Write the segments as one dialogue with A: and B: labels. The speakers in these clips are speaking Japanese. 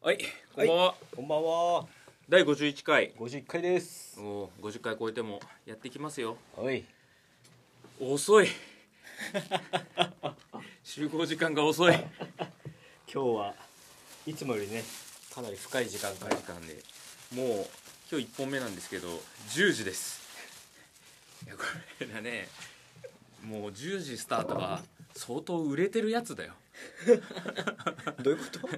A: はい、こんばんは。
B: こんばんは。
A: 第51回。
B: 五十回です。
A: おー50回超えてもやっていきますよ。
B: はい。
A: 遅い。 集合時間が遅い。
B: 今日はいつもよりね、かなり深い時間か
A: 時
B: ら。
A: 間で、もう今日1本目なんですけど、10時です。いやこれだね、もう10時スタートは相当売れてるやつだよ。
B: どういう こと？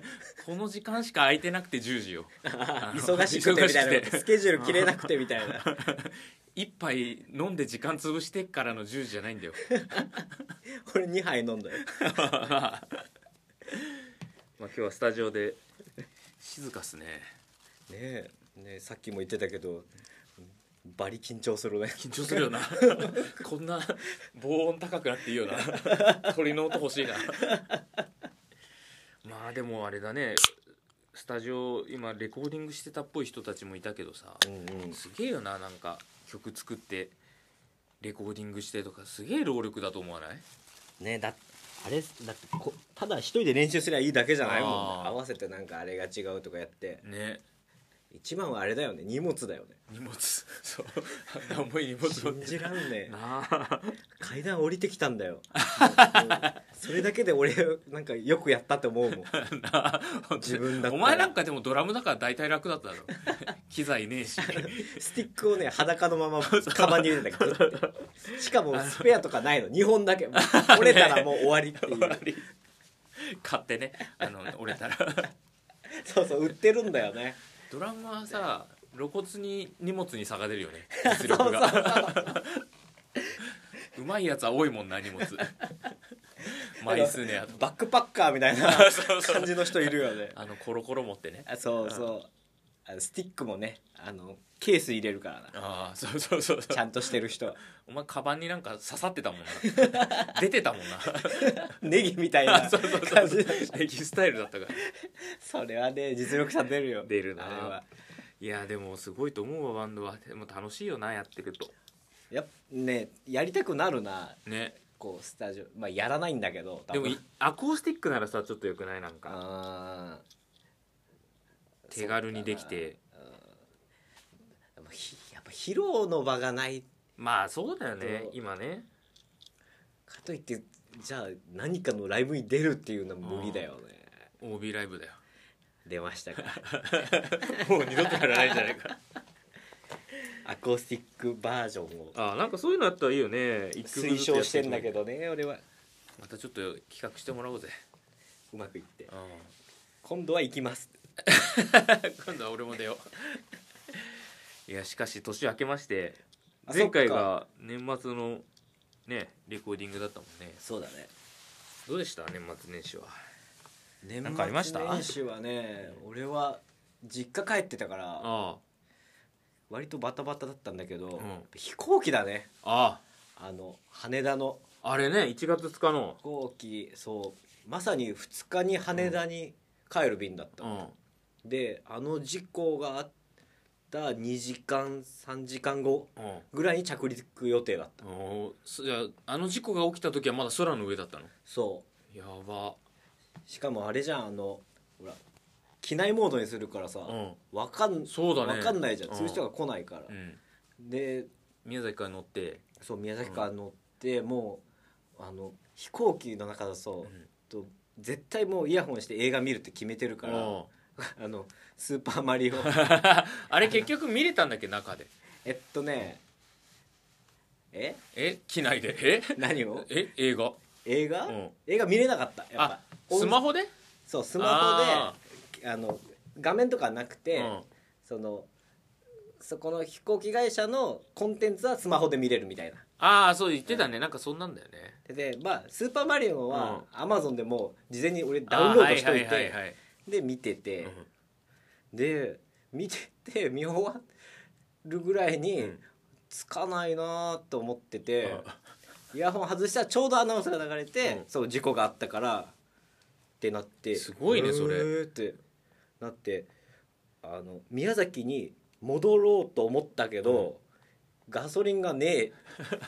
A: この時間しか空いてなくて10時よ。あの
B: 忙しくてみたいな
A: 忙し
B: こと。
A: く
B: ス
A: て
B: ケジュール切れなくてみたい な。
A: 一杯飲んで時間潰してからの10時じゃないんだよ。
B: 俺二杯飲んだよ。
A: まあ今日はスタジオで静かっすね
B: ねえ、ねえさっきも言ってたけど、バリ緊張するね。
A: 緊張するよな こんな防音高くなっていいよ な鳥の音欲しいなまあでもあれだねスタジオ今レコーディングしてたっぽい人たちもいたけどさ
B: うんうん。
A: すげえよななんか曲作ってレコーディングしてとかすげえ労力だと思わない
B: ねえだあれだってこただ一人で練習すりゃいいだけじゃないもんね
A: あー
B: 合わせてなんかあれが違うとかやって
A: ね
B: 一番はあれだよね荷物だ よね
A: 荷物 そうあんな重い荷物を
B: 信じらんねえ
A: なあ
B: 階段降りてきたん だよもうもうそれだけで俺なんかよくやったって思うもん
A: な
B: 自分だったら
A: お前なんかでもドラムだから大体楽だっただろ 機材ねえし
B: スティックをね裸のままカバンに入れてたけどしかもスペアとかないの2 本だけもう折れたらもう終わりっていう
A: 買ってねあの折れたら
B: そうそう売ってるんだよね
A: ドラムはさ露骨に荷物に差が出るよね実力がうまいやつは多いもんな荷 物枚数ねあと
B: バックパッカーみた いな感じの人いるよね
A: あのコロコロ持ってね
B: あそうそうあのスティックもねあのケース入れるからな
A: ああそうそうそうそ
B: ちゃ
A: うん
B: としてる人
A: お前カバンになんか刺さってたもん な出てたもんな
B: ネギみたいな
A: そうそうそ
B: 感
A: う
B: じ
A: エキスタイルだったから
B: それはね実力差出るよ
A: 出るな
B: あれはい
A: やでもすごいと思うわバンドはでも楽しいよなやってると
B: やっねやりたくなるな
A: ね
B: こうスタジオまあやらないんだけど多
A: で
B: 分
A: もいアコースティックならさちょっとよくないなんか
B: あー
A: 手軽にできて
B: そうだなでもひやっぱ披露の場がない
A: まあそうだよね
B: そう
A: 今ね
B: かといってじゃあ何かのライブに出るっていうのは無理だよね
A: OB ライブだよ
B: 出 ましたか
A: もう二度とやらないんじゃないか
B: アコースティックバージョンを
A: あなんかそういうのあったらいいよね一曲
B: 推
A: ずつや
B: 奨
A: っ
B: してんだけ
A: ど
B: どね俺は
A: またちょっと企画してもらおうぜ、
B: うまくいって
A: うん、
B: 今度は行きます
A: 今度は俺も出よういやしかし年明けまして
B: あ
A: 前回
B: そっか
A: が年末のねレコーディングだったもんね
B: そうだね
A: どうでした年末年始は
B: 年
A: なんかありました
B: 末年始はね俺は実家帰ってたから
A: あ
B: 割とバタバタだったんだけど、
A: ん
B: 飛行機だね
A: ああ
B: あの羽田の
A: ああれね1月2日の
B: 飛行機そうまさに2日に羽田に帰る便だった、
A: うん
B: であの事故があった2時間3時間後
A: うん
B: ぐらいに着陸予定だった
A: おーそいやあの事故が起きた時はまだ空の上だったの
B: そ
A: やば
B: うしかもあれじゃんあのほら機内モードにするからさ、
A: うん
B: わかん
A: そうだね
B: わかんないじゃん、
A: うん
B: そういう人が来ないから、
A: うん
B: で
A: 宮崎から乗って
B: そう宮崎から乗って、もうあの飛行機の中だと,、
A: ん
B: と絶対もうイヤホンして映画見るって決めてるから、
A: うん
B: あのスーパーマリオ
A: あれ結局見れたんだっけ中で
B: えっとねえ
A: え機内で え
B: 何を
A: え映画
B: 映画、
A: うん
B: 映画見れなかったやっぱ
A: あスマホで
B: そうスマホであ
A: あ
B: の画面とかなくて、
A: うん
B: そのそこの飛行機会社のコンテンツはスマホで見れるみたいな
A: ああそう言ってたねなんかそんなんだよね
B: でまあ「スーパーマリオ」はアマゾンでもう事前に俺ダウ
A: あ
B: ンロードしとい
A: はは
B: て
A: ははい
B: で見てて、
A: うん
B: で見てて見終わるぐらいに、
A: うん
B: つかないなーと思ってて、
A: あ
B: イヤホン外したらちょうどアナウンスが流れて、
A: うん
B: そう事故があったからってなって
A: すごいねそれ
B: うーってなってあの宮崎に戻ろうと思ったけど、ガソリンがねえ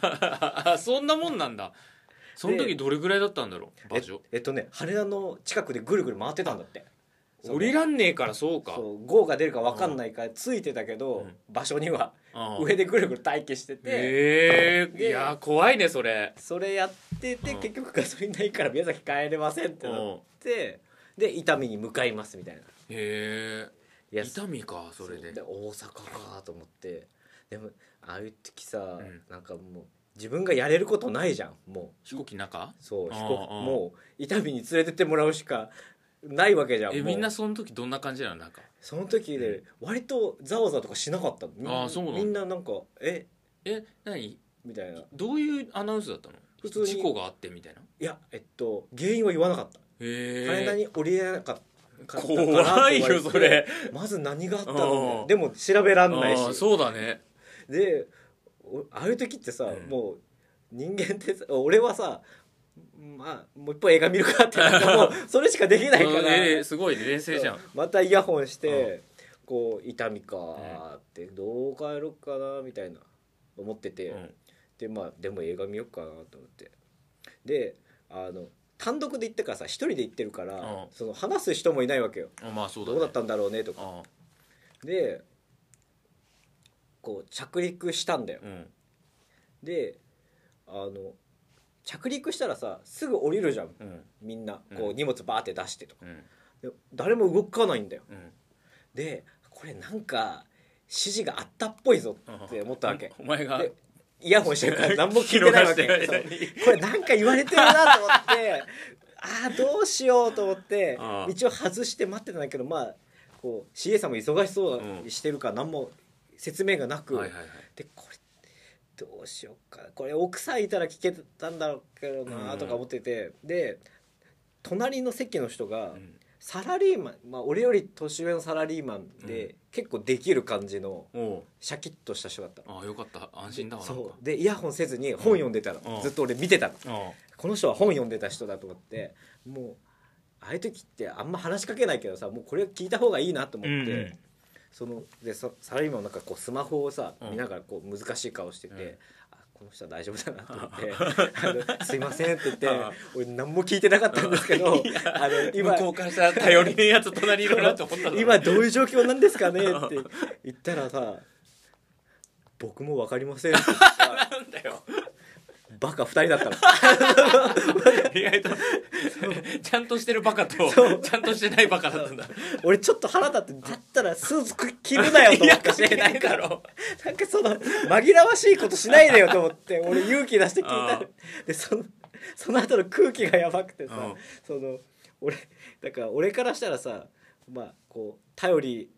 A: あそんな もんなんだその時どれぐらいだったんだろう
B: え
A: 場所
B: えっとね羽田の近くでぐるぐる回ってたんだってそう
C: 降りらんねえからそうか
B: そう号が出るか分かんないからついてたけど、
A: うん
B: 場所には
A: うん
B: 上でぐるぐる待機してて、
C: ええ
B: で
C: いや怖いねそれ
B: それやってて、
A: うん
B: 結局ガソリンないから宮崎帰れませんってなって、で伊丹に向かいますみたいな。
A: へ
B: い
A: え
B: や
A: 痛みかそれ
B: そう
A: で
B: 大阪かと思ってでもああいう時さ、
A: うん
B: なんかもう自分がやれることないじゃんもう
A: 飛行機の中
B: そう飛
A: あ
B: 行
A: あああ
B: もう伊丹に連れてってもらうしかないわけじゃん
A: え
B: もう
A: みんなその時どんな感じなのなんか
B: その時で割とざわざわとかしなかったのみん
A: ああそうなんだ
B: みんななんかえ
A: え何
B: みたいない
A: どういうアナウンスだったの
B: 普通に
A: 事故があってみたいな
B: やえっと原因は言わなかった
A: へ
B: 体
A: え
B: に降りれなかったからと言わ
A: 怖
B: れ
A: い
B: て
A: よそれ
B: まず何があった
A: う
B: の
A: ん
B: でも調べら
A: あ
B: んないし
A: ーそうだね
B: でおああいう時ってさ、
A: うん
B: もう人間ってさ俺はさまあもう一本映画見るかってな んかもうそれしかできないから、
A: えーすごいね冷静じゃん
B: そうまたイヤホンして、こう痛みかーってどう帰ろうかなみたいな思ってて、
A: うん
B: でまあでも映画見ようかなと思ってであの単独で行ってからさ一人で行ってるから、
A: うん
B: その話す人もいないわけよ
A: あまあそうだ
B: ど
A: ね
B: うだったんだろうねとか
A: あ
B: でこう着陸したんだよ
A: ーうん
B: であの着陸したらさすぐ降りるじゃん
A: うん
B: みんな
A: うん
B: こう荷物バーって出してとか、
A: うん
B: で誰も動かないんだよ
A: うん
B: でこれなんか指示があったっぽいぞって思ったわけ
A: お前が
B: で イヤホンしてるから何も聞いてないわけ
A: 聞かせ
B: そう
A: てない
B: これなんか言われてるなと思って ああどうしようと思って
A: ああ
B: 一応外して待ってたんだけどまあこう CA さんも忙しそう
A: うん
B: にしてるから何も説明がなく、
A: はいはいはい
B: でこれどうしようかなこれ奥さんいたら聞けたんだろうけどなとか思ってて、で隣の席の人が
A: うん
B: サラリーマン、まあ、俺より年上のサラリーマンで、
A: う
B: 結構できる感じの
A: おう
B: シャキッとした人だったの
A: あーよかった安心だわなんか
B: そうでイヤホンせずに本読んでたの、
A: うん
B: ずっと俺見てたの
A: あ
B: この人は本読んでた人だと思ってもうああいう時ってあんま話しかけないけどさもうこれ聞いた方がいいなと思って、
A: うんうん
B: そのでそサラリーマンもなんかこうスマホをさ、
A: うん
B: 見ながらこう難しい顔してて、
A: うん
B: あこの人は大丈夫だなと思って「あのすいません」って言って
A: あ
B: 俺何も聞いてなかったんですけどあ
A: 今
B: の今
A: 向こうからしたら頼りねえやつ隣いるなと思ったの
B: 今どういう状況なんですかねって言ったらさ「僕も分かりません」って言ってさ
A: なんだよ
B: バカ2人だったの。
A: 意外とちゃんとしてるバカと
B: そう
A: ちゃんとしてないバカだったんだ
B: 俺ちょっと腹立ってだったらスーツ着るなよと思ったし
A: いや関係
B: な
A: なんい
B: か
A: だろ
B: なんかその紛らわしいことしないでよと思って俺勇気出して聞い
A: あ
B: たでそのその後の空気がやばくてさ
A: うん
B: その俺だから俺からしたらさまあこう頼り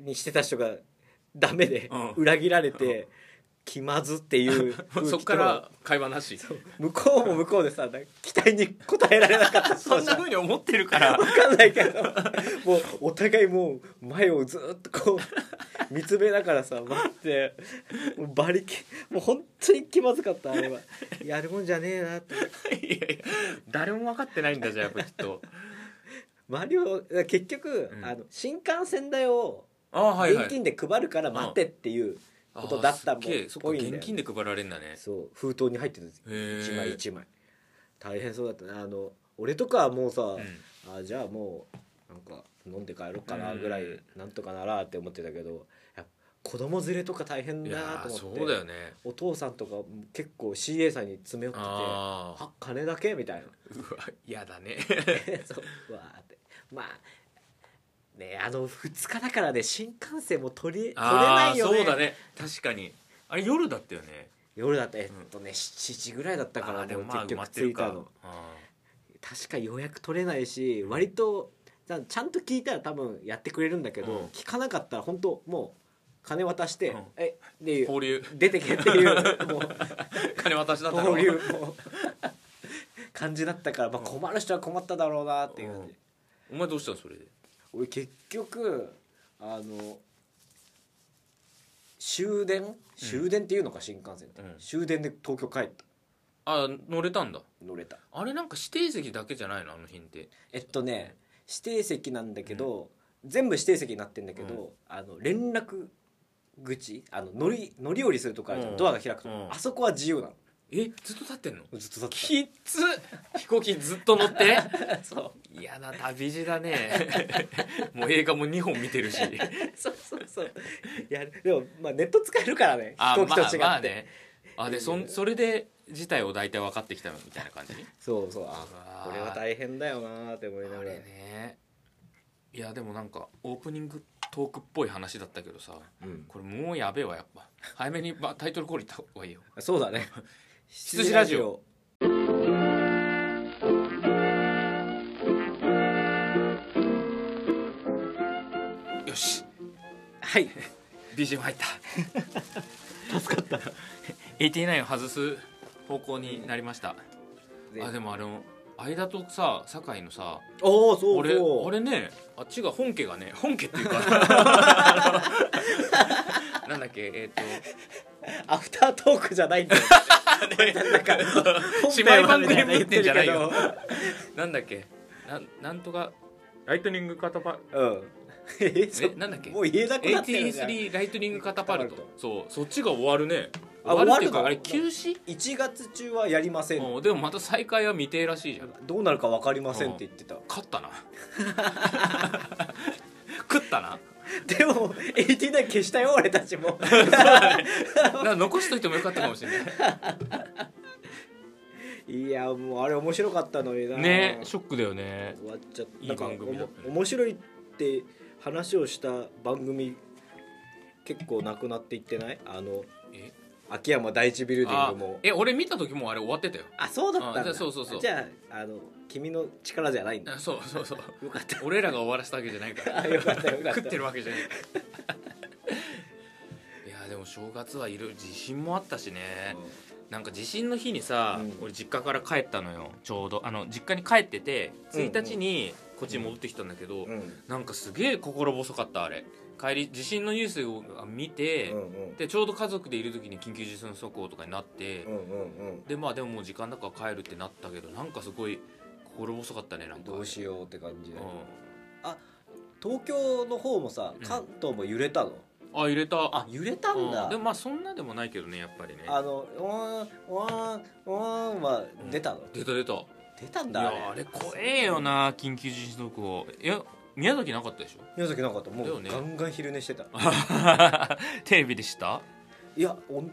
B: にしてた人がダメで
A: うん
B: 裏切られて気まずっていう空 気
A: そ
B: と
A: っから会話なし
B: 向こうも向こうでさなんか期待に応えられなかっ た
A: そんなふうに思ってるから
B: わかんないけどもうお互いもう前をずっとこう見つめながらさ待ってもう馬力もう本当に気まずかったあれはやるもんじゃねえなって
A: いやいや誰も分かってないんだじゃあやっぱきっと
B: マリオ結局、
A: うん
B: あの新幹線代を
A: ああはいは
B: 現
A: い
B: 金で配るから待ってっていう、
A: あ
B: ことだったもん
A: すっげえそっか
B: ぽいんだよね
A: 現金で配られんだね
B: そう封筒に入ってる
A: へ
B: 一
A: え
B: 枚一枚大変そうだったねあの俺とかはもうさ、
A: うん
B: あじゃあもうなんか飲んで帰ろうかなぐらい
A: うん
B: なんとかならって思ってたけどやっぱ子供連れとか大変
A: い
B: だな
A: やー
B: と思って
A: そうだよね
B: お父さんとか結構 CA さんに詰め寄ってて「
A: ああ
B: あ金だけ?」みたいな
A: うわ嫌だね
B: そうわーってまあねあの2日だからね新幹線も取り取れな
A: ああ
B: いよね
A: そうだね確かにあれ夜だったよね
B: 夜だったえっとね、7時ぐらいだったから
A: あーで
B: も
A: も
B: う
A: まあ
B: 結
A: 埋ま
B: 局
A: って
B: 着
A: る
B: いた
A: か
B: の
A: あ
B: 確か予約取れないし割とちゃんちゃんと聞いたら多分やってくれるんだけど、
A: うん
B: 聞かなかったら本当もう金渡して「
A: うん
B: えってい
A: ー
B: う
A: 交 流
B: 出てけっ ていうもう
A: 金渡しだったの
B: 交流もう感じだったから、まあ、困る人は困っただろうなっていう感じ、
A: お前どうしたのそれで
B: 俺結局あの終電終電っていうのか新幹線って、
A: うん
B: 終電で東京帰った
A: あー乗れたんだ
B: 乗れた
A: あれなんか指定席だけじゃないのあの日って
B: えっとね指定席なんだけど、全部指定席になってんだけど、
A: うん
B: あの連絡口あの乗り乗り降りするとこあるじゃん、
A: うん
B: ドアが開くとこ、
A: うん
B: あそこは自由なの
A: えずっと立ってんの
B: ずっと立って
C: きっつ飛行機ずっと乗 って
B: た そう
A: 嫌な旅路だね もう映画も2本見て るし
B: そうそうそういやでもまあネット使えるからね
A: あ
B: 飛行機と違って、
A: まあ、まあねあでそんそれで事態を大体分かってきたみたいな感じ
B: そうそうあ
A: うわー
B: これは大変だよなーって思いな
A: あ
B: がら、
A: れねいやでもなんかオープニングトークっぽい話だったけどさ
B: うん、
A: これもうやべえわやっぱ早めにばタイトルコールいった方がいいよ
B: そうだね
A: 羊ラジオよし
B: はい
A: BGM 入った助かった89を外す方向になりました、あでもあの間とさ酒井のさ
B: おおそうそう
A: 俺
B: 俺
A: 俺ねあっちが本家がね本家って いうかあのなんだっけえっ、
B: アフタートークじゃないんだ よなん か
A: 姉妹番組
B: 言
A: ぶ
B: ってるけど
A: ってんじゃないよとなんだっけなんなんとかライトニングカタパル
B: うん えそ
A: えなんだっけ
B: もう言えなくなってるじゃん
A: 83ライトニングカタパルト
B: カタパ
A: そうそっちが終わるね
B: あ
A: 終わるっていうか
B: 終
A: あ
B: わ
A: れ
B: るの
A: 休止
B: 1月中はやりません
A: うんでもまた再開は未定らしいじゃん
B: どうなるか分かりませんって言ってた
A: 勝った な食ったな
B: でも89消したよ俺た ちも
A: なんか残しといてもよかったかもしれない
B: いやもうあれ面白かったのにな
A: ねショックだよね
B: 終わっちゃっ
A: いい
B: なんか
A: 番組だったね
B: おも面白いって話をした番組結構なくなっていってないあの
A: え
B: 秋山第一ビルディ
A: あ
B: ングも
A: え俺見た時もうあれ終わってたよ
B: あそうだったん
A: あじゃ
B: だ
A: あそうそうそう
B: じゃああの君の力じゃないんだ
A: あそうそうそう
B: よかった
A: 俺らが終わらせたわけじゃないから
B: あよかったよかった
A: 食ってるわけじゃない からいやでも正月はいろいろ地震もあったしねなんか地震の日にさ、
B: うん
A: 俺実家から帰ったのよちょうどあの実家に帰ってて1日にこっちに戻ってきたんだけど、
B: うんうん
A: なんかすげえ心細かったあれ帰り地震のニュースを見て、
B: うん
A: でちょうど家族でいる時に緊急地震速報とかになって、
B: うんうんうん
A: でまあでももう時間だから帰るってなったけどなんかすごい心細かったねなんか
B: どうしようって感じ
A: う
B: で
A: ん
B: 東京の方もさ
A: うん
B: 関東も揺れたの
A: あ入れた
B: あ揺れたん
A: う
B: だ
A: でもまあそんなでもないけどねやっぱりね
B: あの「おーんおーんおーん」は出たの
A: 出た出たい
B: 出たんだ
A: やあれ怖えよな緊急地震速報いや宮崎なかったでし ょ
B: 宮崎なかったも
A: だ
B: う
A: よね
B: ガンガン昼寝してた
A: テレビでした、
B: いやおお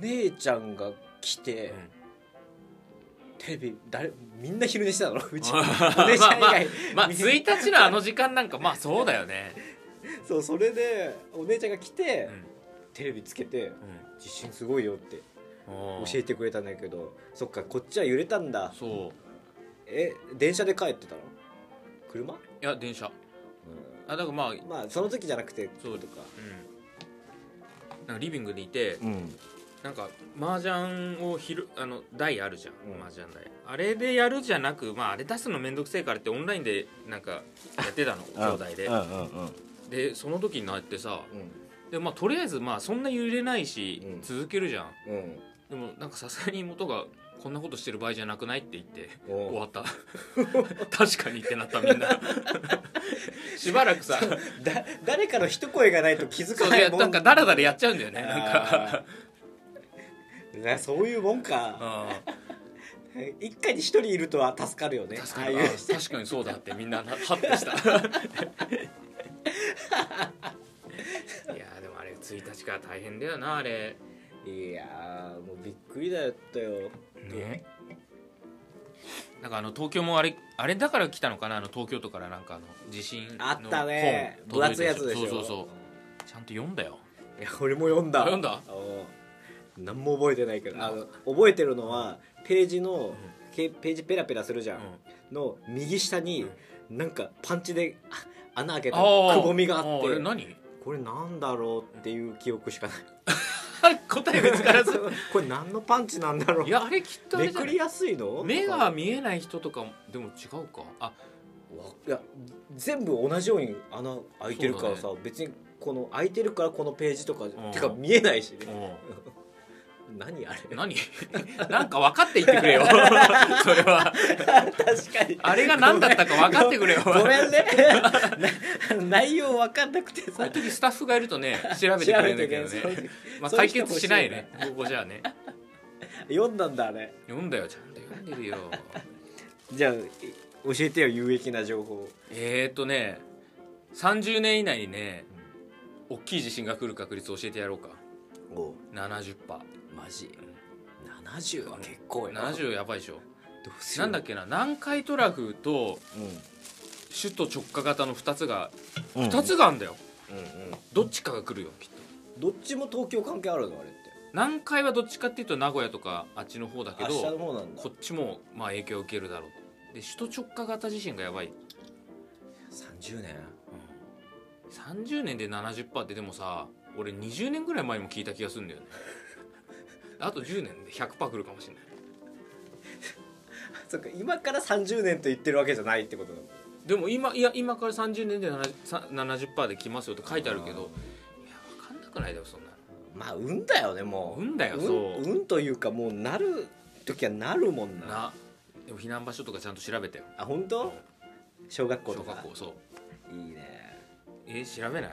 B: 姉ちゃんが来
A: う
B: て、
A: ん
B: テレビ誰みんな昼寝してたのう ちお
A: まあ
B: 姉ちゃん以外、
A: まあ1日のあの時間なんかまあそうだよね
B: そうそれでお姉ちゃんが来て、
A: うん
B: テレビつけて
A: う
B: 「地震すごいよ」って
A: ん
B: 教えてくれたんだけどそっかこっちは揺れたんだ
A: そう
B: え電車で帰ってたの車、
A: いや電車あだからまあ
B: うん、まあその時じゃなくて
A: そう
B: とか
A: うんなんかリビングにいて
B: うん
A: なんか麻雀を昼あの台あるじゃん、
B: うん
A: 麻雀台あれでやるじゃなく、まあ、あれ出すの面倒くせえからってオンラインでなんかやって たの兄弟で
B: うんうんうん
A: でその時になってさで、まあ、とりあえずまあそんな揺れないし、
B: うん
A: 続けるじゃん
B: うん
A: でもなんかさすがに妹がこんなことしてる場合じゃなくないって言って
B: おう
A: 終わった 確かにってなったみん なしばらくさ
B: だ誰かの一声がないと気づ
A: そ
B: か
A: う
B: な
A: で
B: いもん
A: なんかダラダラやっちゃうんだよねなんか
B: あーなそういうもんか一家に一人いるとは助かるよね
A: 確かに
B: ああいう人
A: あ確かにそうだってみんななハッてしたいやーでもあれ1日から大変だよなあれ
B: いやーもうびっくりだったよ
A: ねなんかあの東京もあれあれだから来たのかなあの東京都からなんかあの地震の
B: あったね
A: 本
B: 分
A: 届い
B: 厚い
A: て
B: やつでしょ
A: そうそうそうちゃんと読んだよ
B: いや俺も読んだ
A: 読んだ
B: おう何も覚えてないけどあの覚えてるのはページの、けページペラペラするじゃん、の右下になんかパンチであ穴開けたく
A: ー
B: ぼみがあっ
A: ーあれ
B: て
A: 何
B: これなんだろうっていう記憶しかない
A: 答え見つからず
B: これ何のパンチなんだろう
A: いやあれきっとあ
B: め
A: れじゃ
B: く
A: ない
B: りやすいの
A: 目が見えない人とかもでも違うかあ
B: いや全部同じように穴開いてるからさ、
A: そ
B: 別にこの開いてるからこのページとか、
A: ん
B: てか見えないしね、
A: うん
B: 何あれ
A: 何 なんか分かって言ってく れよそれは
B: 確かに
A: あれが何だったか分かってくれよ
B: ごめんね な内容分かんなくて
A: こうい
B: さ
A: う時スタッフがいるとね調べてくれるんだけど
B: 調べてくれ
A: ね
B: る
A: まあ
B: そうい
A: 解
B: う人
A: 決しないねここじゃあね
B: 読んだんだあれ
A: 読んだよちゃんと読んでるよ
B: じゃあい教えてよ有益な情報
A: えーっとね30年以内にね大きい地震が来る確率を教えてやろうか
B: お
A: 70%
B: マジ70は結構やな
A: 70やばいでしょ
B: どうしよ
A: な
B: うん
A: だっけな南海トラフと首都直下型の2つが
B: うん
A: 2つがあんだよ
B: うんうん
A: どっちかが来るよきっと
B: どっちも東京関係あるのあれって
A: 南海はどっちかっていうと名古屋とかあっちの方だけ
B: 明日の
A: ど
B: 方なんだ
A: こっちもまあ影響を受けるだろうで首都直下型地震がやばい、
B: 30年
A: 30年で70%ってでもさ俺20年ぐらい前にも聞いた気がするんだよねあと10年で100%来るかもしれない
B: そっか今から30年と言ってるわけじゃないってことだもん
A: でも今いや今から30年で70さ70%で来ますよって書いてあるけどいや分かんなくないだろそんなの
B: まあ運だよねもう
A: 運だよそう
B: 運運というかもうなる時はなるもんな
A: なでも避難場所とかちゃんと調べてよ
B: あ本当小学校
A: 小
B: と
A: 学
B: か
A: 校そう
B: いいね
A: えー調べない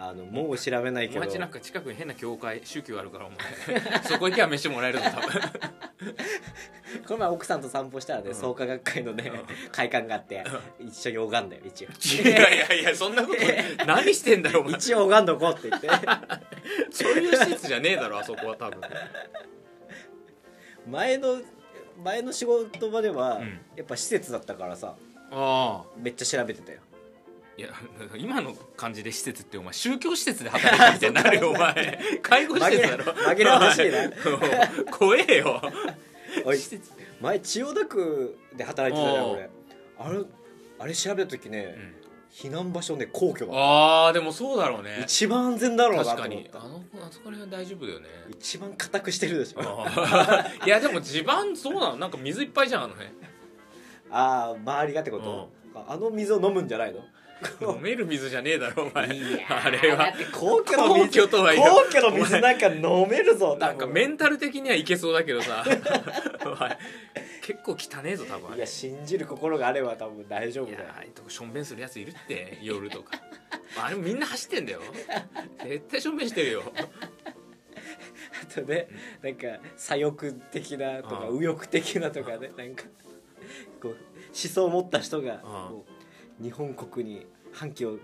B: あのもう調べない
A: お
B: けど
A: 前ちなんか近くに変な教会宗教あるからお前そこ行けば飯もらえるぞ多分
B: この前奥さんと散歩したらね、
A: うん
B: 創価学会のね、会館があって一緒に拝んだよ 一応
A: いやいやいやそんなこと 何してんだろお前
B: 一応拝んどこうって言 って
A: そういう施設じゃねえだろあそこは多 分
B: 前の前の仕事場では、
A: うん
B: やっぱ施設だったからさ
A: ああ
B: めっちゃ調べてたよ
A: いや 今の感じで施設ってお前宗教施設で働いてるみたいになるよお 前介護施設だろ
B: 紛れ紛らわしいな
A: な 怖えよ
B: おい
A: 施設
B: 前千代田区で働いてたじゃん
A: おう
B: 俺あれあれ調べた時ね、
A: うん
B: 避難場所ね皇居だ
A: ああでもそうだろうね
B: 一番安全だろうなと
A: 確
B: 思
A: か
B: っ
A: に
B: た
A: あのあそこら辺大丈夫だよね
B: 一番固くしてるでしょ
A: あ ーいやでも地盤そうなのなんか水いっぱいじゃんあのね
B: ああ周りがってこと、あの水を飲むんじゃないの
A: 飲める水じゃねえだろお前
B: いや
A: あれは
B: 皇居の
A: 皇
B: 水
A: 居とはいえ
B: 皇居の水なんか飲めるぞ
A: なんかメンタル的にはいけそうだけど さお前結構汚ねえぞ多分あ
B: い
A: れ
B: や信じる心があれば多分大丈夫
A: いや
B: だよ
A: ああいうとこしょんべんするやついる って夜とかあれみんな走ってんだよ絶対しょんべんしてるよ
B: あ とねなんか左翼的なとか
A: うん
B: 右翼的なとかねなんかこう思想を持った人がこう日本国に反旗をっ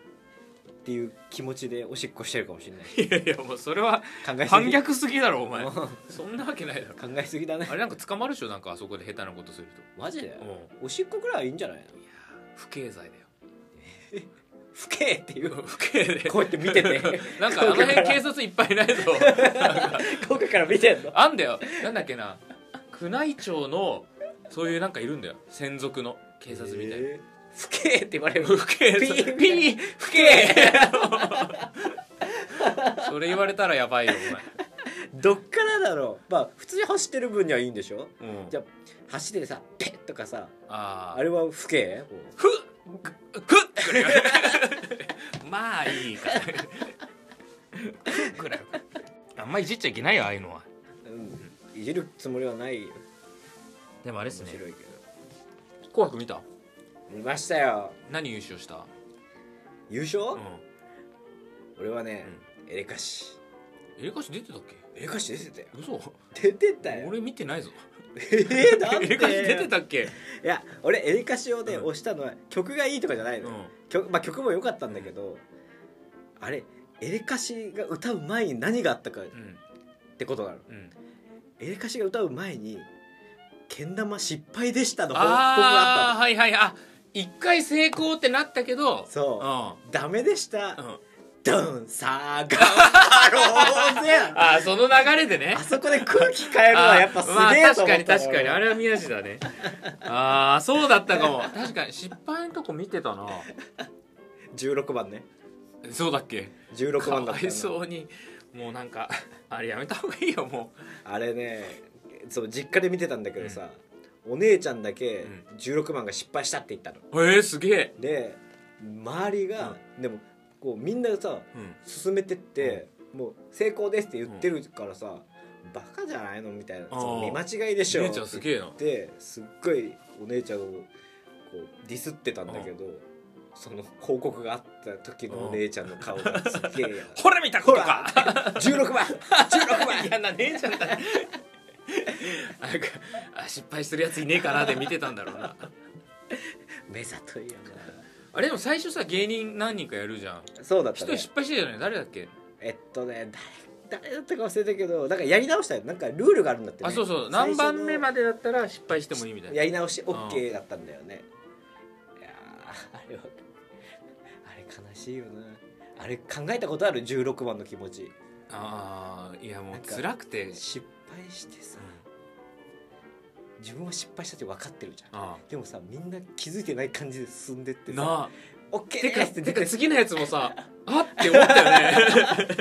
B: ていう気持ちでおしっこしてるかもしれない
A: いやいやもうそれは
B: 考えす
A: 反
B: ぎ
A: 逆すぎだろお前
B: うん考
A: そんなわけないだろ
B: えすぎだね
A: あれなんか捕まるでしょなんかあそこで下手なことする
B: マジで
A: と、うん、い
B: おしっこくらいはいいんじゃないの
A: や不敬罪だよ
B: 不敬っていう
A: 不敬で
B: こうやって見 てて
A: なんかあの辺警察いっぱいいない ぞ
B: ここから見てんの
A: あんだよなんだっけな宮内庁のそういうなんかいるんだよ専属の警察みたいな、
B: えー不敬って言われる
A: 不敬
B: ピ
A: 罪
B: ーピー不敬
A: それ言われたらやばいよ
B: どっからだろうまあ普通に走ってる分にはいいんでしょ
A: お前、うん、
B: じゃあ走ってさペッとかさ
A: あ
B: あれは不敬
A: ふっふっぐらい まあいいからふっぐらいあんまいじっちゃいけないよああいうのは
B: うんいじるつもりはないよ
A: でもあれです
B: 面
A: ね
B: 白いけど
A: 「紅白」見た
B: 見ましたよ
A: 何優勝した、
B: 優勝
A: うん、
B: 俺はねエレカシ
A: エレカシ出てたっけ
B: エレカシ出てたよ
A: 嘘
B: 出てたよ
A: 俺見てないぞ
B: えーなん
A: エ
B: で
A: レカシ出てたっけ、
B: いや俺エレカシをね
A: うん
B: 押したのは曲がいいとかじゃないの
A: う
B: よ
A: ん、
B: 曲まあ曲も良かったんだけどあれエレカシが歌う前に何があったかっ
A: うん
B: てことなの
A: うん
B: エレカシが歌う前に「けん玉失敗でした」の報告が
A: あ
B: あ
A: あーはいはいあ一回成功ってなったけど
B: ったの
A: う
B: そ
A: ん
B: う「ダメでした」
A: うん
B: ドンさあ頑張ろうぜ
A: あーその流れでね
B: あそこで空気変えるのはやっぱすげえと思った
A: あーまあ確かに確かにあ
B: れ
A: れは宮地だね ああそうだったかも確かに失敗のとこ見てたな
B: 16番ね
A: そうだっけ
B: 16
A: か
B: 番だ
A: わ
B: った
A: い
B: の
A: そうにもうなんかあれやめた方がいいよも
B: あれねそう実家で見てたんだけどさ、お姉ちゃんだけ
A: うん
B: 16番が失敗したって言ったの
A: うえー、すげえ、
B: で周りが、でもこうみんなさ
A: うん、
B: 進めてって、もう成功ですって言ってるからさ、バカじゃないのみたいな
A: あー
B: その見間違いでしょ
A: 姉ちゃんすげえな
B: ですっごいお姉ちゃんをこうディスってたんだけど、その報告があった時のお姉ちゃんの顔がすげえや
A: ほら見たこ
B: ほ
A: と
B: ら
A: か
B: 16番16番
A: 嫌な姉ちゃんだなんかあ失敗するやついねえかなで見てたんだろうな
B: 目ざといよ
A: あれでも最初さ芸人何人かやるじゃん
B: なそうだっ
A: 一
B: た
A: 人
B: ね
A: 失敗してたじゃない誰だっけ
B: えっとね誰誰だったか忘れたけどなんかやり直したよなんかルールがあるんだって、ね、
A: あそうそう何番目ま
B: で
A: でだったら失敗してもいいみたいな
B: やり直し OK だったんだよねいやーあれは あれ悲しいよなあれ考えたことある16番の気持ち
A: ああいやも
B: な
A: うん
B: か
A: 辛くて
B: 失敗してさ自分は失敗したって分かってるじゃん
A: あ
B: でもさみんな気づいてない感じで進んでって
A: あ
B: さ
A: なあ
B: オッケ
A: て
B: ー
A: か
B: ですって
A: て
B: 出
A: か
B: て
A: 次のやつもさあって思ったよ ね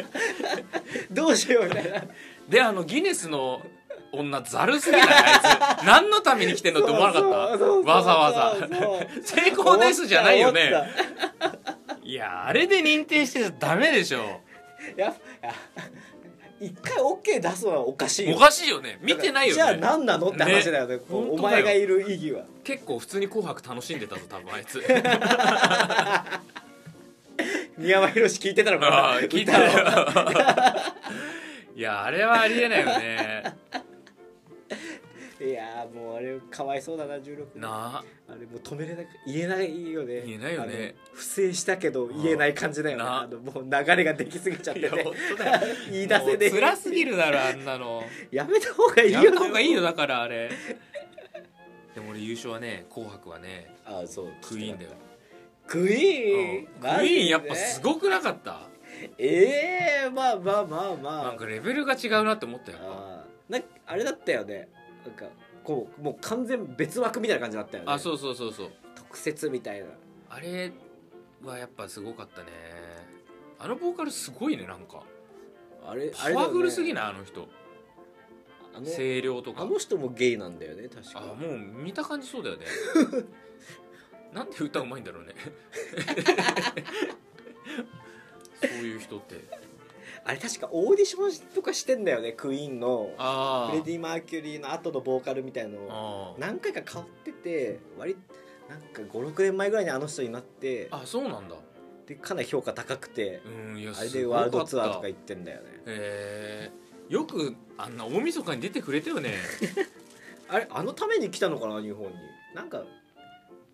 B: どうしようみ たいな
A: であのギネスの女ざるすぎないあいつ何のために来てんのって思わなかったわざわざ
B: ざ
A: 成功ですじゃないよねいやあれで認定してちゃダメでしょ
B: やっぱ一回 OK 出すのはおかしいよ
A: おかしいよね見てない
B: じゃあ
A: よね
B: 何なのって話だよねこう
A: 本
B: お
A: 当だよ
B: 前がいる意義は
A: 結構普通に「紅白」楽しんでたぞ多分あいつ
B: 宮山宏聞いてたのか
A: あ
B: な
A: あ聞いた
B: 歌を
A: よいやあれはありえないよね
B: いやーもうあれかわいそうだな16
A: なあ
B: あれもう止めれなく言えないよね
A: 言えないよね
B: あの不正したけど言えない感じだよね
A: な
B: あのもう流れができすぎちゃっ
A: い
B: て
A: や
B: て
A: 本当だよ
B: 言い出せねえ
A: もう辛すぎるだろあんなの
B: やめた方がいいよ
A: や
B: ね
A: めた方がいいよだからあれでも俺優勝はね「紅白」はね
B: ああそう
A: クイーンだよ、
B: ク
A: うん
B: イーン、
A: クイーンやっぱす
B: い
A: ごくなかった
B: ええまあまあまあまあ
A: なんかレベルが違うなって思ったよやっぱ
B: あーなんかあれだったよねなんかこうもう完全別枠みたいな感じだったよね
A: あそうそうそうそう
B: 特設みたいな
A: あれはやっぱすごかったねあのボーカルすごいねなんか
B: あれ
A: パワフルすぎ
B: な
A: ないあの人
B: あの
A: 声量とか
B: あの人もゲイなんだよね確
A: あ
B: か
A: もう見た感じそうだ よねなんで歌うまいんだろうねそういう人って
B: あれ確かオーディションとかしてんだよねクイーンの
A: あ
B: フ
A: ー
B: レディ・マーキュリーの後のボーカルみたいのを
A: あー
B: 何回か変わってて割なんか56年前ぐらいにあの人になって
A: あそうなんだ
B: でかなり評価高くて
A: うんいや
B: あれ
A: す
B: で
A: ごかった
B: ワールドツアーとか行ってんだよね
A: えー、よくあんな大晦日に出てくれたよね
B: あれあのために来たのかな日本になんか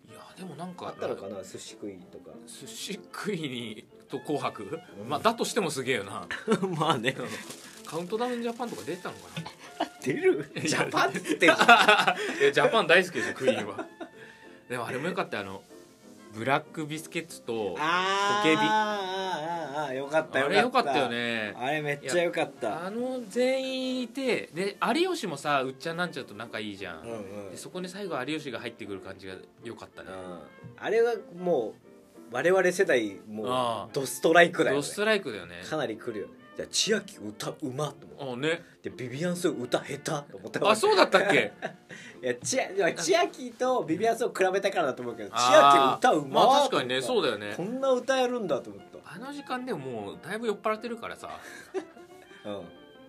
A: いやでもなんか
B: あったのかな寿司食い とか
A: 寿司食いにと「紅白」
B: うん
A: まあだとしてもすげえよな
B: まあね
A: カウントダウンジャパンとか出てたのかな
B: 出る
A: いや
B: ジャパンっつ ってんじゃん
A: いやジャパン大好きですよクイーンはでもあれもよかったあのブラックビスケッツとあ
B: あー
A: ポケビ
B: あーあーあーよかったよかった
A: れよかったよね
B: あれめっちゃよかった
A: あの全員いてで有吉もさうっちゃんなんちゃんと仲いいじゃん、
B: うんうん
A: でそこに最後有吉が入ってくる感じがよかったね
B: うんあれはもう我々世代
A: あ
B: も
A: あ
B: うドストライクだよ
A: ド
B: ね
A: ストライクだよね
B: かなり来るよねじゃあ千秋歌うまっと思っ
A: あ ね
B: てでビビアンス歌下手と思った
A: あそうだったっけ
B: いや千秋千秋とビビアンスを比べたからだと思うけ ど千
A: あ
B: 秋
A: ー
B: 歌うま
A: ま
B: っ
A: あ
B: と思
A: 確
B: った
A: かにねそうだよね
B: こんな歌やるんだと思っ
A: あの時間でももうだいぶ酔っ払ってるからさ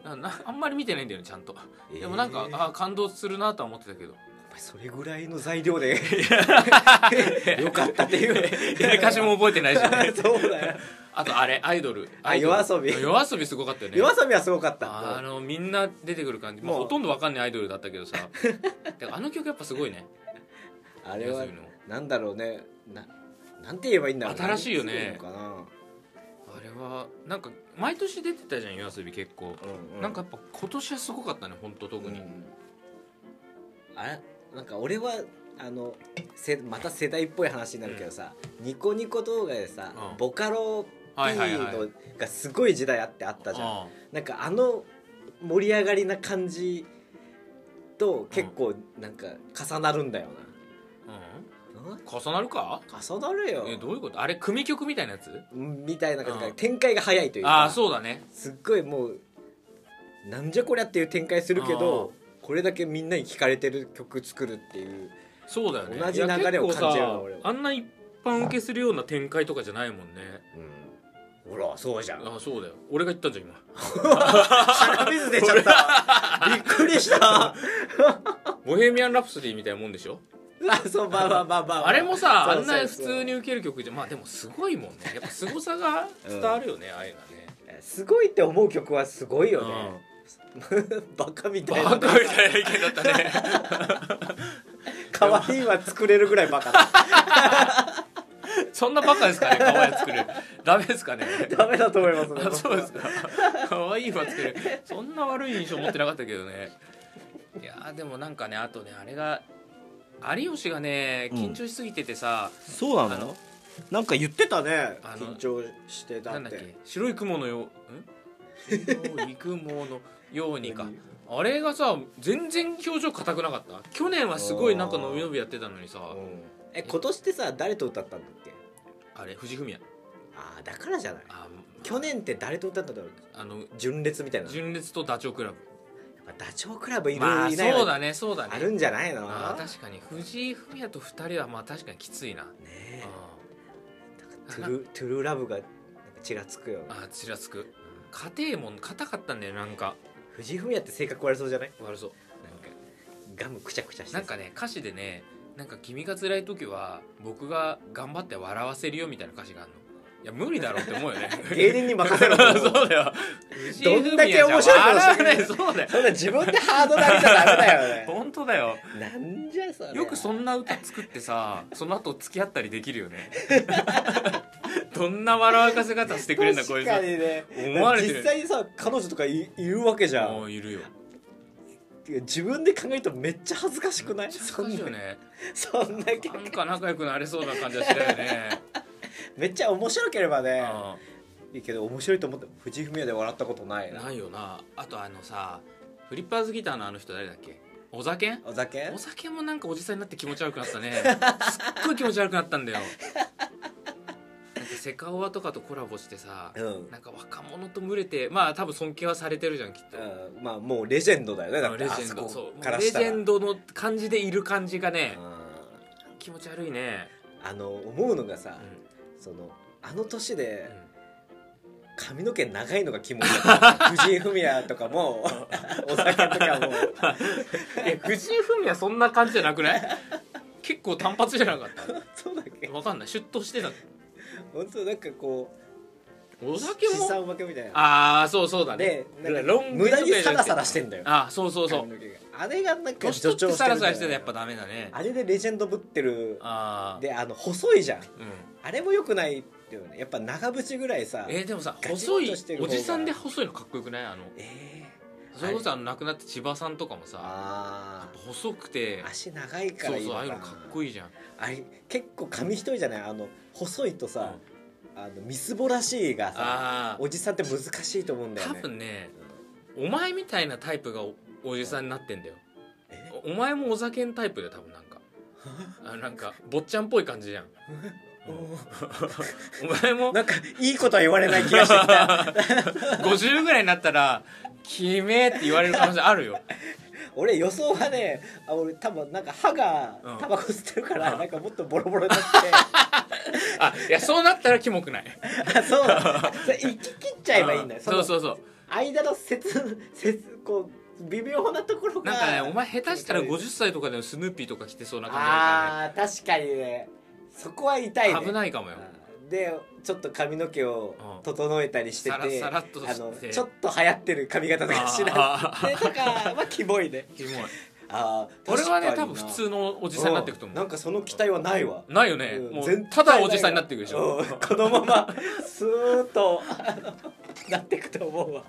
B: た、うん、
A: ななあんまり見てないんだよねちゃんと
B: えー
A: でもなんか、あ感動するなとは思ってたけど
B: お前それぐらいの材料で よかったっていう
A: いや歌詞も覚えてないし、 ね、
B: そうだよ
A: あとあれアイドルアイド
B: あ夜遊び
A: 夜遊びすごかったよね
B: 夜遊びはすごかった
A: あのみんな出てくる感じ、まあ、
B: もう
A: ほとんどわかんないアイドルだったけ どさだからあの曲やっぱすごいね
B: あれは
A: 夜遊びの
B: なんだろうねななんて言えばいいんだろう
A: 新しいよね
B: なんて言えばいいのか
A: あれはなんか毎年出てたじゃん夜遊び結構、
B: な、う
A: なんかやっぱ今年はすごかったね本当特に、
B: うんあれなんか俺はあのせまた世代っぽい話になるけどさ、ニコニコ動画でさ、
A: うん
B: ボカロ P
A: はいはいはい
B: のがすごい時代あってあったじゃん、
A: あ
B: なんかあの盛り上がりな感じと結構なんか重なるんだよ
A: あう
B: な、
A: ん重なるか
B: 重なるよ
A: えどういうことあれ組曲みたいなやつ
B: みたいな感じ
A: う
B: が
A: ん
B: 展開が早いという
A: あ
B: か
A: あそうだね
B: すっごいもうなんじゃこりゃっていう展開するけどこれだけみんなに聞かれてる曲作るっていう
A: そうだよね
B: 同じ流れを
A: や
B: 感じるない
A: 結構さ
B: 俺は
A: あんな一般受けするような展開とかじゃないもんね
B: ほらそうじゃん
A: ああそうだよ俺が言ったんじゃん今
B: 鼻水出ちゃ ったびっくりした あ
A: ボヘミアン・ラプソディみたいなもんでしょ
B: そうまあまあまあまあ
A: あれもさあ
B: そうんそうそう
A: な普通に受ける曲じゃまあでもすごいもんねやっぱすごさが伝わるよね、ああいうのはね
B: すごいって思う曲はすごいよね、
A: うん
B: バカみたい
A: バ
B: な
A: カみたいな意見だったね
B: 可愛いは作れるぐらいバ カだ
A: そんなバカですかね可愛い作るダメですか ね
B: ダメだと思いますね
A: あそうですか可愛いは作るそんな悪い印象持ってなかったけどねいやーでもなんかねあとねあれが有吉がね
B: うん
A: 緊張しすぎててさ、
B: そうなの
A: あの
B: なんか言ってたね
A: あの
B: 緊張してだ
A: なん
B: っ
A: だっけ
B: て
A: 白い雲のよううん白い雲のようにかあれがさ全然表情硬くなかった去年はすごいなんか伸び伸びやってたのにさ
B: うんえ今年ってさ誰と歌ったんだっけ
A: あれ藤文也
B: ああだからじゃない
A: あ
B: 去年って誰と歌ったんだろう
A: あの
B: 純烈みたいなやっ
A: 純烈とダチョウ倶楽部
B: ぱダチョウ倶楽部いる、
A: まあ
B: い
A: そ
B: ないは
A: うだねそうだ
B: あ
A: ね
B: るんじゃないの
A: あー確かに藤井フミヤと二人はまあ確かにきついな、
B: ねえ
A: あ
B: トゥルトゥルーラブがなんかちらつくよ
A: ーあーちらつく家庭も硬かったんだよなんか
B: 藤井フミヤって性格悪そうじゃない
A: 悪そう
B: なんかガムくちゃくちゃして
A: なんかね歌詞でねなんか君が辛い時は僕が頑張って笑わせるよみたいな歌詞があるのいや無理だろうって思 うよね
B: 芸人に任せろ
A: そうだよ
B: どんだけ面白いことしてくれ
A: いそうだよ
B: そんな自分でハードル上げちゃダメ だよね
A: 本当だよ
B: なんじゃそれ
A: よくそんな歌作ってさその後付き合ったりできるよね どんな笑わせ方してくれんだこい
B: 確
A: つ
B: かにね
A: 思われてる
B: 実際にさ彼女とかいいるわけじゃ
A: も
B: ん
A: ういるよ
B: 自分で考えるとめっちゃ恥ずかしくない
A: 難しいよね
B: そんなそんだけ
A: なんか仲良くなれそうな感じはしないよね
B: めっちゃ面白ければね
A: う
B: いいけど面白いと思って藤井フミヤで笑ったことない
A: ん
B: な
A: ないよなあとあのさフリッパーズギターのあの人誰だっけお酒
B: お酒
A: お酒もなんかおじさんになって気持ち悪くなった ねすっごい気持ち悪くなったんだよなんかセカオワとかとコラボしてさ
B: うん、うん、
A: なんか若者と群れてまあ多分尊敬はされてるじゃんきっと
B: まあもうレジェンドだよねだって
A: レ
B: あ
A: ジェ
B: そ
A: ンドそ
B: こ
A: う
B: から
A: レ
B: し
A: ジ
B: たら
A: ェンドの感じでいる感じがね
B: うん
A: 気持ち悪いね、
B: あの思うのが
A: う
B: さ
A: ん、
B: そのあの年で
A: うん
B: 髪の毛長いのがキモいだった 藤井フミヤとかもお酒とかも
A: え藤井フミヤそんな感じじゃなくない 結構単発じゃなかっ
B: そうだったけ
A: わかんないシュッとしてた
B: 本当なんかこ
A: お
B: う
A: 酒
B: 資
A: も
B: 産負けみたいな
A: ああそうそうだね
B: でなん
A: ロ
B: か
A: ング
B: 無駄にサラサラしてんだよ
A: あそうそうそう
B: 髪の毛があれがなんか
A: 年取
B: 助
A: って
B: 長して
A: サ
B: る
A: ラ
B: ん
A: サ
B: だよ
A: ラしてたらやっぱダメだね
B: あれでレジェンドぶってる
A: ああ
B: であの細いじゃん
A: うん
B: あれも良くないっていうねやっぱ長渕ぐらいさ
A: えーでもさ
B: ガチッと
A: 細い
B: してる方
A: お
B: が
A: じさんで細いのかっこよくないあの
B: え
A: それこそあの亡くなった千葉さんとかもさ
B: ああ
A: 細くて
B: 足長いか
A: そ
B: ら
A: う
B: いい
A: そうああいうのかっこ
B: いい
A: いいじゃん
B: あれ結構紙一重じゃないあの細いとさ、あのみすぼらしいがさ
A: ああ
B: おじさんって難しいと思うんだよ
A: 多
B: ね
A: 分ねお前みたいなタイプがおおじさんになってんだよ
B: え
A: おお前もお酒んタイプだよ多分なん かあなんか坊ちゃんっぽい感じじゃん
B: お
A: お前も
B: なんかいいことは言われない気 がしてきた
A: 50ぐらいになったら「キメ」って言われる可能性あるよ
B: 俺予想はねあ俺多分なんか歯が
A: うん
B: タバコ吸ってるから、
A: うん
B: なんかもっとボロボロになっ
A: あいや そうなったらキモくない
B: てあそうだそれ行き切っちゃえばいいんだよ、
A: うん
B: の
A: そうそうそう
B: 間の 節節こう微妙なところが
A: なんかねお前下手したら50歳とかでもスヌーピーとか着てそうな感じだ
B: あー確かにねそこは痛い
A: から
B: ね
A: ね危ないかもよ
B: うんでちょっと髪の毛を
A: うん
B: 整えたりして
A: さら
B: て、
A: さらっと
B: あの
A: して
B: ちょっと流行ってる髪型とかしな
A: あ
B: くてとかはキモいね
A: ーキモい
B: あ ー
A: 俺はね
B: 確か
A: 多
B: に
A: 分
B: な
A: 普通のおじさんになっていくと
B: んな
A: 思
B: んかその期待はないわ、
A: うないよね
B: うん
A: も
B: 全
A: う
B: 然
A: ただおじさんになっていくでしょ
B: うんこのままスーッとあのなっていくと思うわ、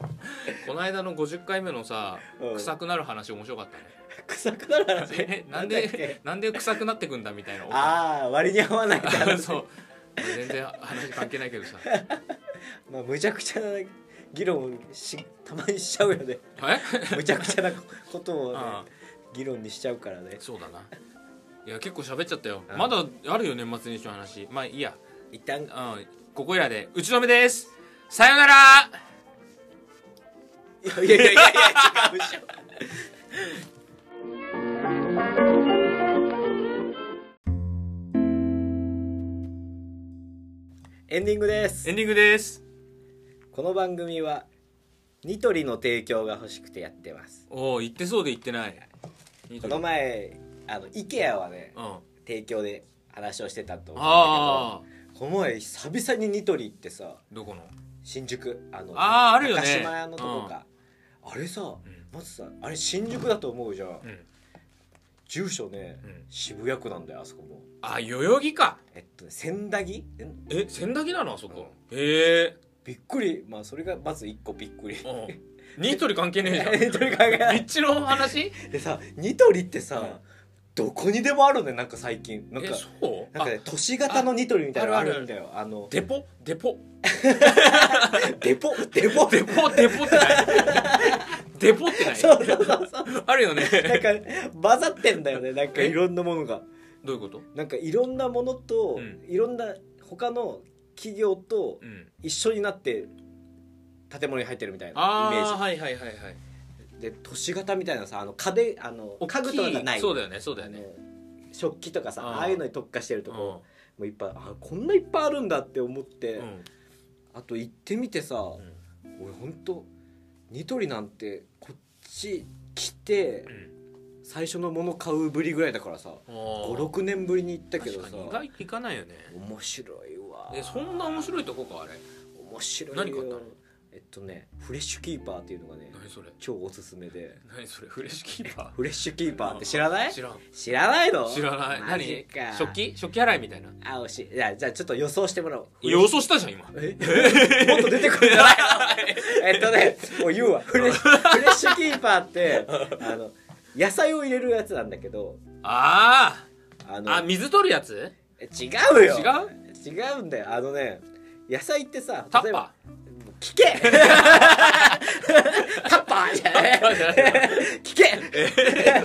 A: この間の50回目のさ
B: うん
A: 臭くなる話面白かったね
B: 臭くなる話
A: えなん
B: だっけ
A: でなんで臭くなってくんだみたいな
B: ああ割に合わないって
A: あ
B: 話
A: そう全然話関係ないけど さ
B: まあむちゃくちゃな議論をしたまにしちゃうよね
A: え
B: むちゃくちゃなことをね
A: ああ
B: 議論にしちゃうからね
A: そうだないや結構喋っちゃったよ
B: うん
A: まだあるよ年末年始の話まあいいや
B: 一旦
A: うんここいらで打ち止めですさよなら
B: いやいやいやいや違うでしょエンディングです
A: エンディングです
B: この番組はニトリの提供が欲しくてやってます
A: おお言ってそうで言ってない
B: この前あの IKEA はね
A: うんあ
B: 提供で話をしてたと思うんだ
A: あ
B: けどこの前久々にニトリ行ってさ
A: どこの
B: 新宿あの
A: あーあるよね
B: 高島屋のとこか、あれさ
A: うん
B: まずさあれ新宿だと思うじゃん
A: うん
B: 住所ね
A: うん
B: 渋谷区なんだよあそこも
A: あ代々木か
B: えっとね千駄木ん
A: え千駄木なのあそこ、へえ
B: びっくりまあそれがまず一個びっく り
A: うんニートリ関係ねえ
B: えとにかく
A: じゃん立地の話
B: でさニトリって
A: う
B: さ
A: ん
B: どこにでもあるねなんか最近なん
A: え
B: か
A: そう
B: なん
A: あ
B: かね都市型のニトリみたいなの
A: あ
B: あ
A: あるある
B: るんだよあの
A: デポデポ
B: デポデポ
A: デポデポってない デポってない
B: そうそうそうそう
A: あるよね
B: なんか混ざってんだ よねなんか
A: え
B: いろんなものが
A: どういうこと
B: なんかいろんなものと、
A: うん
B: いろんな他の企業と
A: うん
B: 一緒になって建物に入ってるみたい
A: あ
B: なイメー
A: あはいはいはいはい
B: ジで都市型みたいなさあの家電あの
A: 大きい
B: 家具とかがない
A: そうだよねそうだよね
B: あの食器とかさ
A: あー
B: ああいうのに特化してる
A: う
B: と
A: ん
B: こもいっぱいあこんないっぱいあるんだって思って、
A: うん
B: あと行ってみてさ、
A: ん
B: 俺ほんとニトリなんてこっち来て
A: うん
B: 最初のもの買うぶりぐらいだからさ
A: 56
B: 56年ぶりに行ったけどさ
A: 意外といかないよね
B: 面白いわ
A: えそんな面白いとこかあれ
B: 面白いよ
A: 何買ったの
B: えっとねフレッシュキーパーっていうのがね
A: 何それ
B: 超おすすめで
A: 何それフレッシュキーパ
B: フレッシュキー
A: ー
B: パーって知らない
A: 知らん
B: 知らないの
A: 知らない
B: マジ
A: 何
B: か
A: 食器食器洗いみたいな
B: あおしいやじゃあちょっと予想してもらおう
A: 予想したじゃん今
B: え もっと出てくるんじゃないのえっとねもう言うわフレッ シュフレッシュキーパーってあの野菜を入れるやつなんだけど
A: あ
B: あ
A: あ
B: の
A: あ水取るやつ
B: え違うよ
A: 違
B: 違うんだよあのね野菜ってさ
A: タ
B: 例え
A: ッ
B: ば
A: パ
B: 聞けタッパーじゃない
A: ーじゃない
B: 聞け あ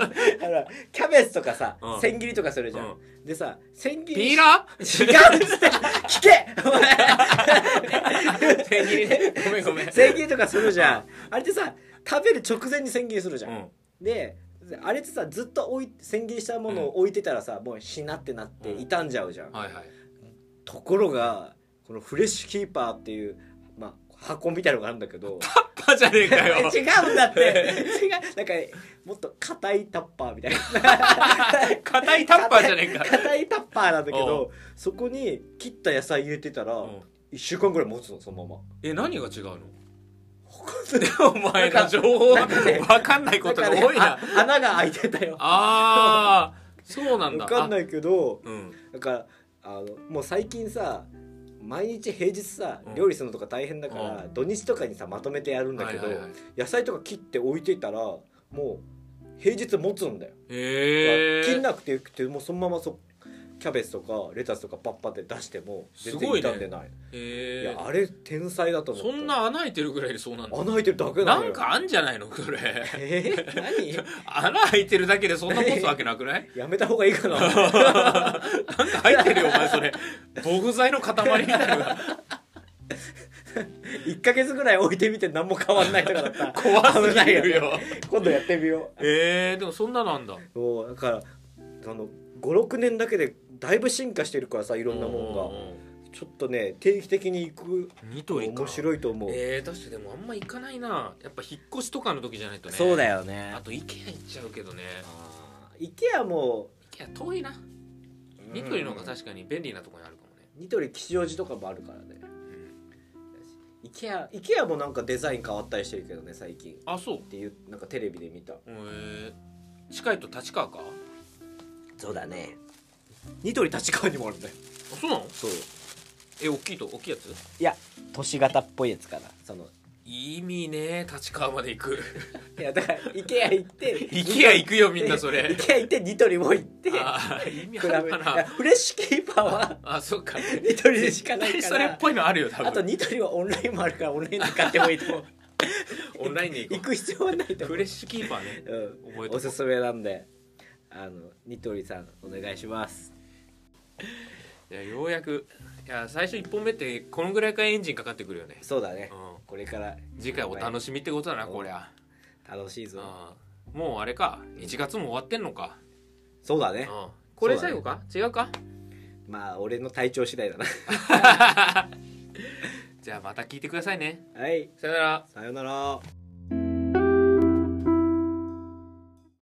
B: のキャベツとかさ、
A: うん
B: 千切りとかするじゃん、
A: う
B: でさ千切り
A: ピーラ
B: 違うっつって聞けお前
A: ー千切りね ごめんごめん
B: 千切りとかするじゃんあれってさ食べる直前に千切りするじゃん、
A: うん
B: であれってさずっと置い千切りしたものを置いてたらさ、もうしなってなって
A: うん
B: 傷んじゃうじゃん、
A: はいはい
B: ところがこのフレッシュキーパーっていう、まあ、箱みたいのがあるんだけど
A: タッパーじゃねえかよ
B: 違うんだ って違うなんかもっと硬いタッパーみたいな
A: 硬いタッパーじゃねえか
B: 硬いタッパーなんだけどそこに切った野菜入れてたら
A: うん
B: 1週間ぐらい持つのそのまま
A: え何が違うの
B: 分
A: お前の情報
B: なんかね
A: わかんないことが多いな
B: 穴が開いてたよ
A: ああそうなんだ
B: 分かんないいけど
A: うん
B: だからあのもう最近さ毎日平日さ
A: うん
B: 料理するのとか大変だから、土日とかにさまとめてやるんだけど、
A: はいはいはい
B: 野菜とか切って置いてたらもう平日持つんだよ、
A: へえ
B: 切んなくてよくてもうそのままそキャベツとかレタスとかパッパって出しても全
A: す
B: 然
A: ごいね
B: 傷んでないい,、
A: へえ
B: やあれ天才だと思った
A: そんな穴開いてるぐらいでそうなんだ
B: 穴開いてるだけな
A: な
B: のよ
A: んかあんじゃないのこれ
B: えー、 何
A: 穴開いてるだけでそんなことわけ なくない
B: やめた方がいいかな
A: なんか入ってるよお前 それ防腐剤の塊みたいな
B: 1か月ぐらい置いてみて何も変わんないとかだったら
A: 怖すぎる
B: 危ないね
A: よ
B: 今度やってみよ
A: えー、でもそんななんだ
B: うもうだからあの56年だけでだいぶ進化してるからさいろんなもんがちょっとね定期的に行く
A: がニトリか
B: 面白いと思う、
A: えー、確かにでもあんま行かないなやっぱ引っ越しとかの時じゃないとね
B: そうだ
A: よ
B: よね
A: あと IKEA 行っちゃうけどね
B: イケアも
A: IKEA 遠いなニトリの方が確かに便利なところにあるかもね、
B: ニトリ吉祥寺とかもあるからね
A: うん
B: イケアイケアもなんかデザイン変わったりしてるけどね最近っ
A: あそう
B: ていうなんかテレビで見た
A: えー、近いと立川かあ
B: そうだねニトリ立川にもあるんだよ
A: そうなの
B: そう
A: え大きいと大きいやつ
B: いや都市型っぽいやつかなその
A: 意味ね立川まで行く
B: いやだからイケア行って
A: IKEA 行くよみんなそれ
B: イケア行ってニトリも行って比
A: あー意味
B: べ
A: あるか
B: いや
A: な
B: フレッシュキーパーは
A: あそっか
B: ニトリでしかないから
A: それっぽいのあるよ多分
B: あとニトリはオンラインもあるからオンラインで買ってもいいと思う
A: オンラインで行こ
B: 行く必要はないと
A: う
B: 思
A: フ
B: う
A: レッシュキーパーね
B: う
A: 覚え
B: ん、
A: とこう
B: おすすめなんであのニトリさんお願いします
A: いやようやくいや最初1本目ってこのぐらいからエンジンかかってくるよね、
B: そうだね、
A: う
B: これから
A: ん、次回お楽しみってことだな
B: うん
A: こりゃ、
B: 楽しいうぞ、
A: ん、もうあれか1月も終わってんのか、
B: そうだ
A: うん
B: ね、、
A: これ最後か、違うか
B: まあ俺の体調次第だな
A: じゃあまた聞いてくださいね
B: はい
A: さよなら
B: さようなら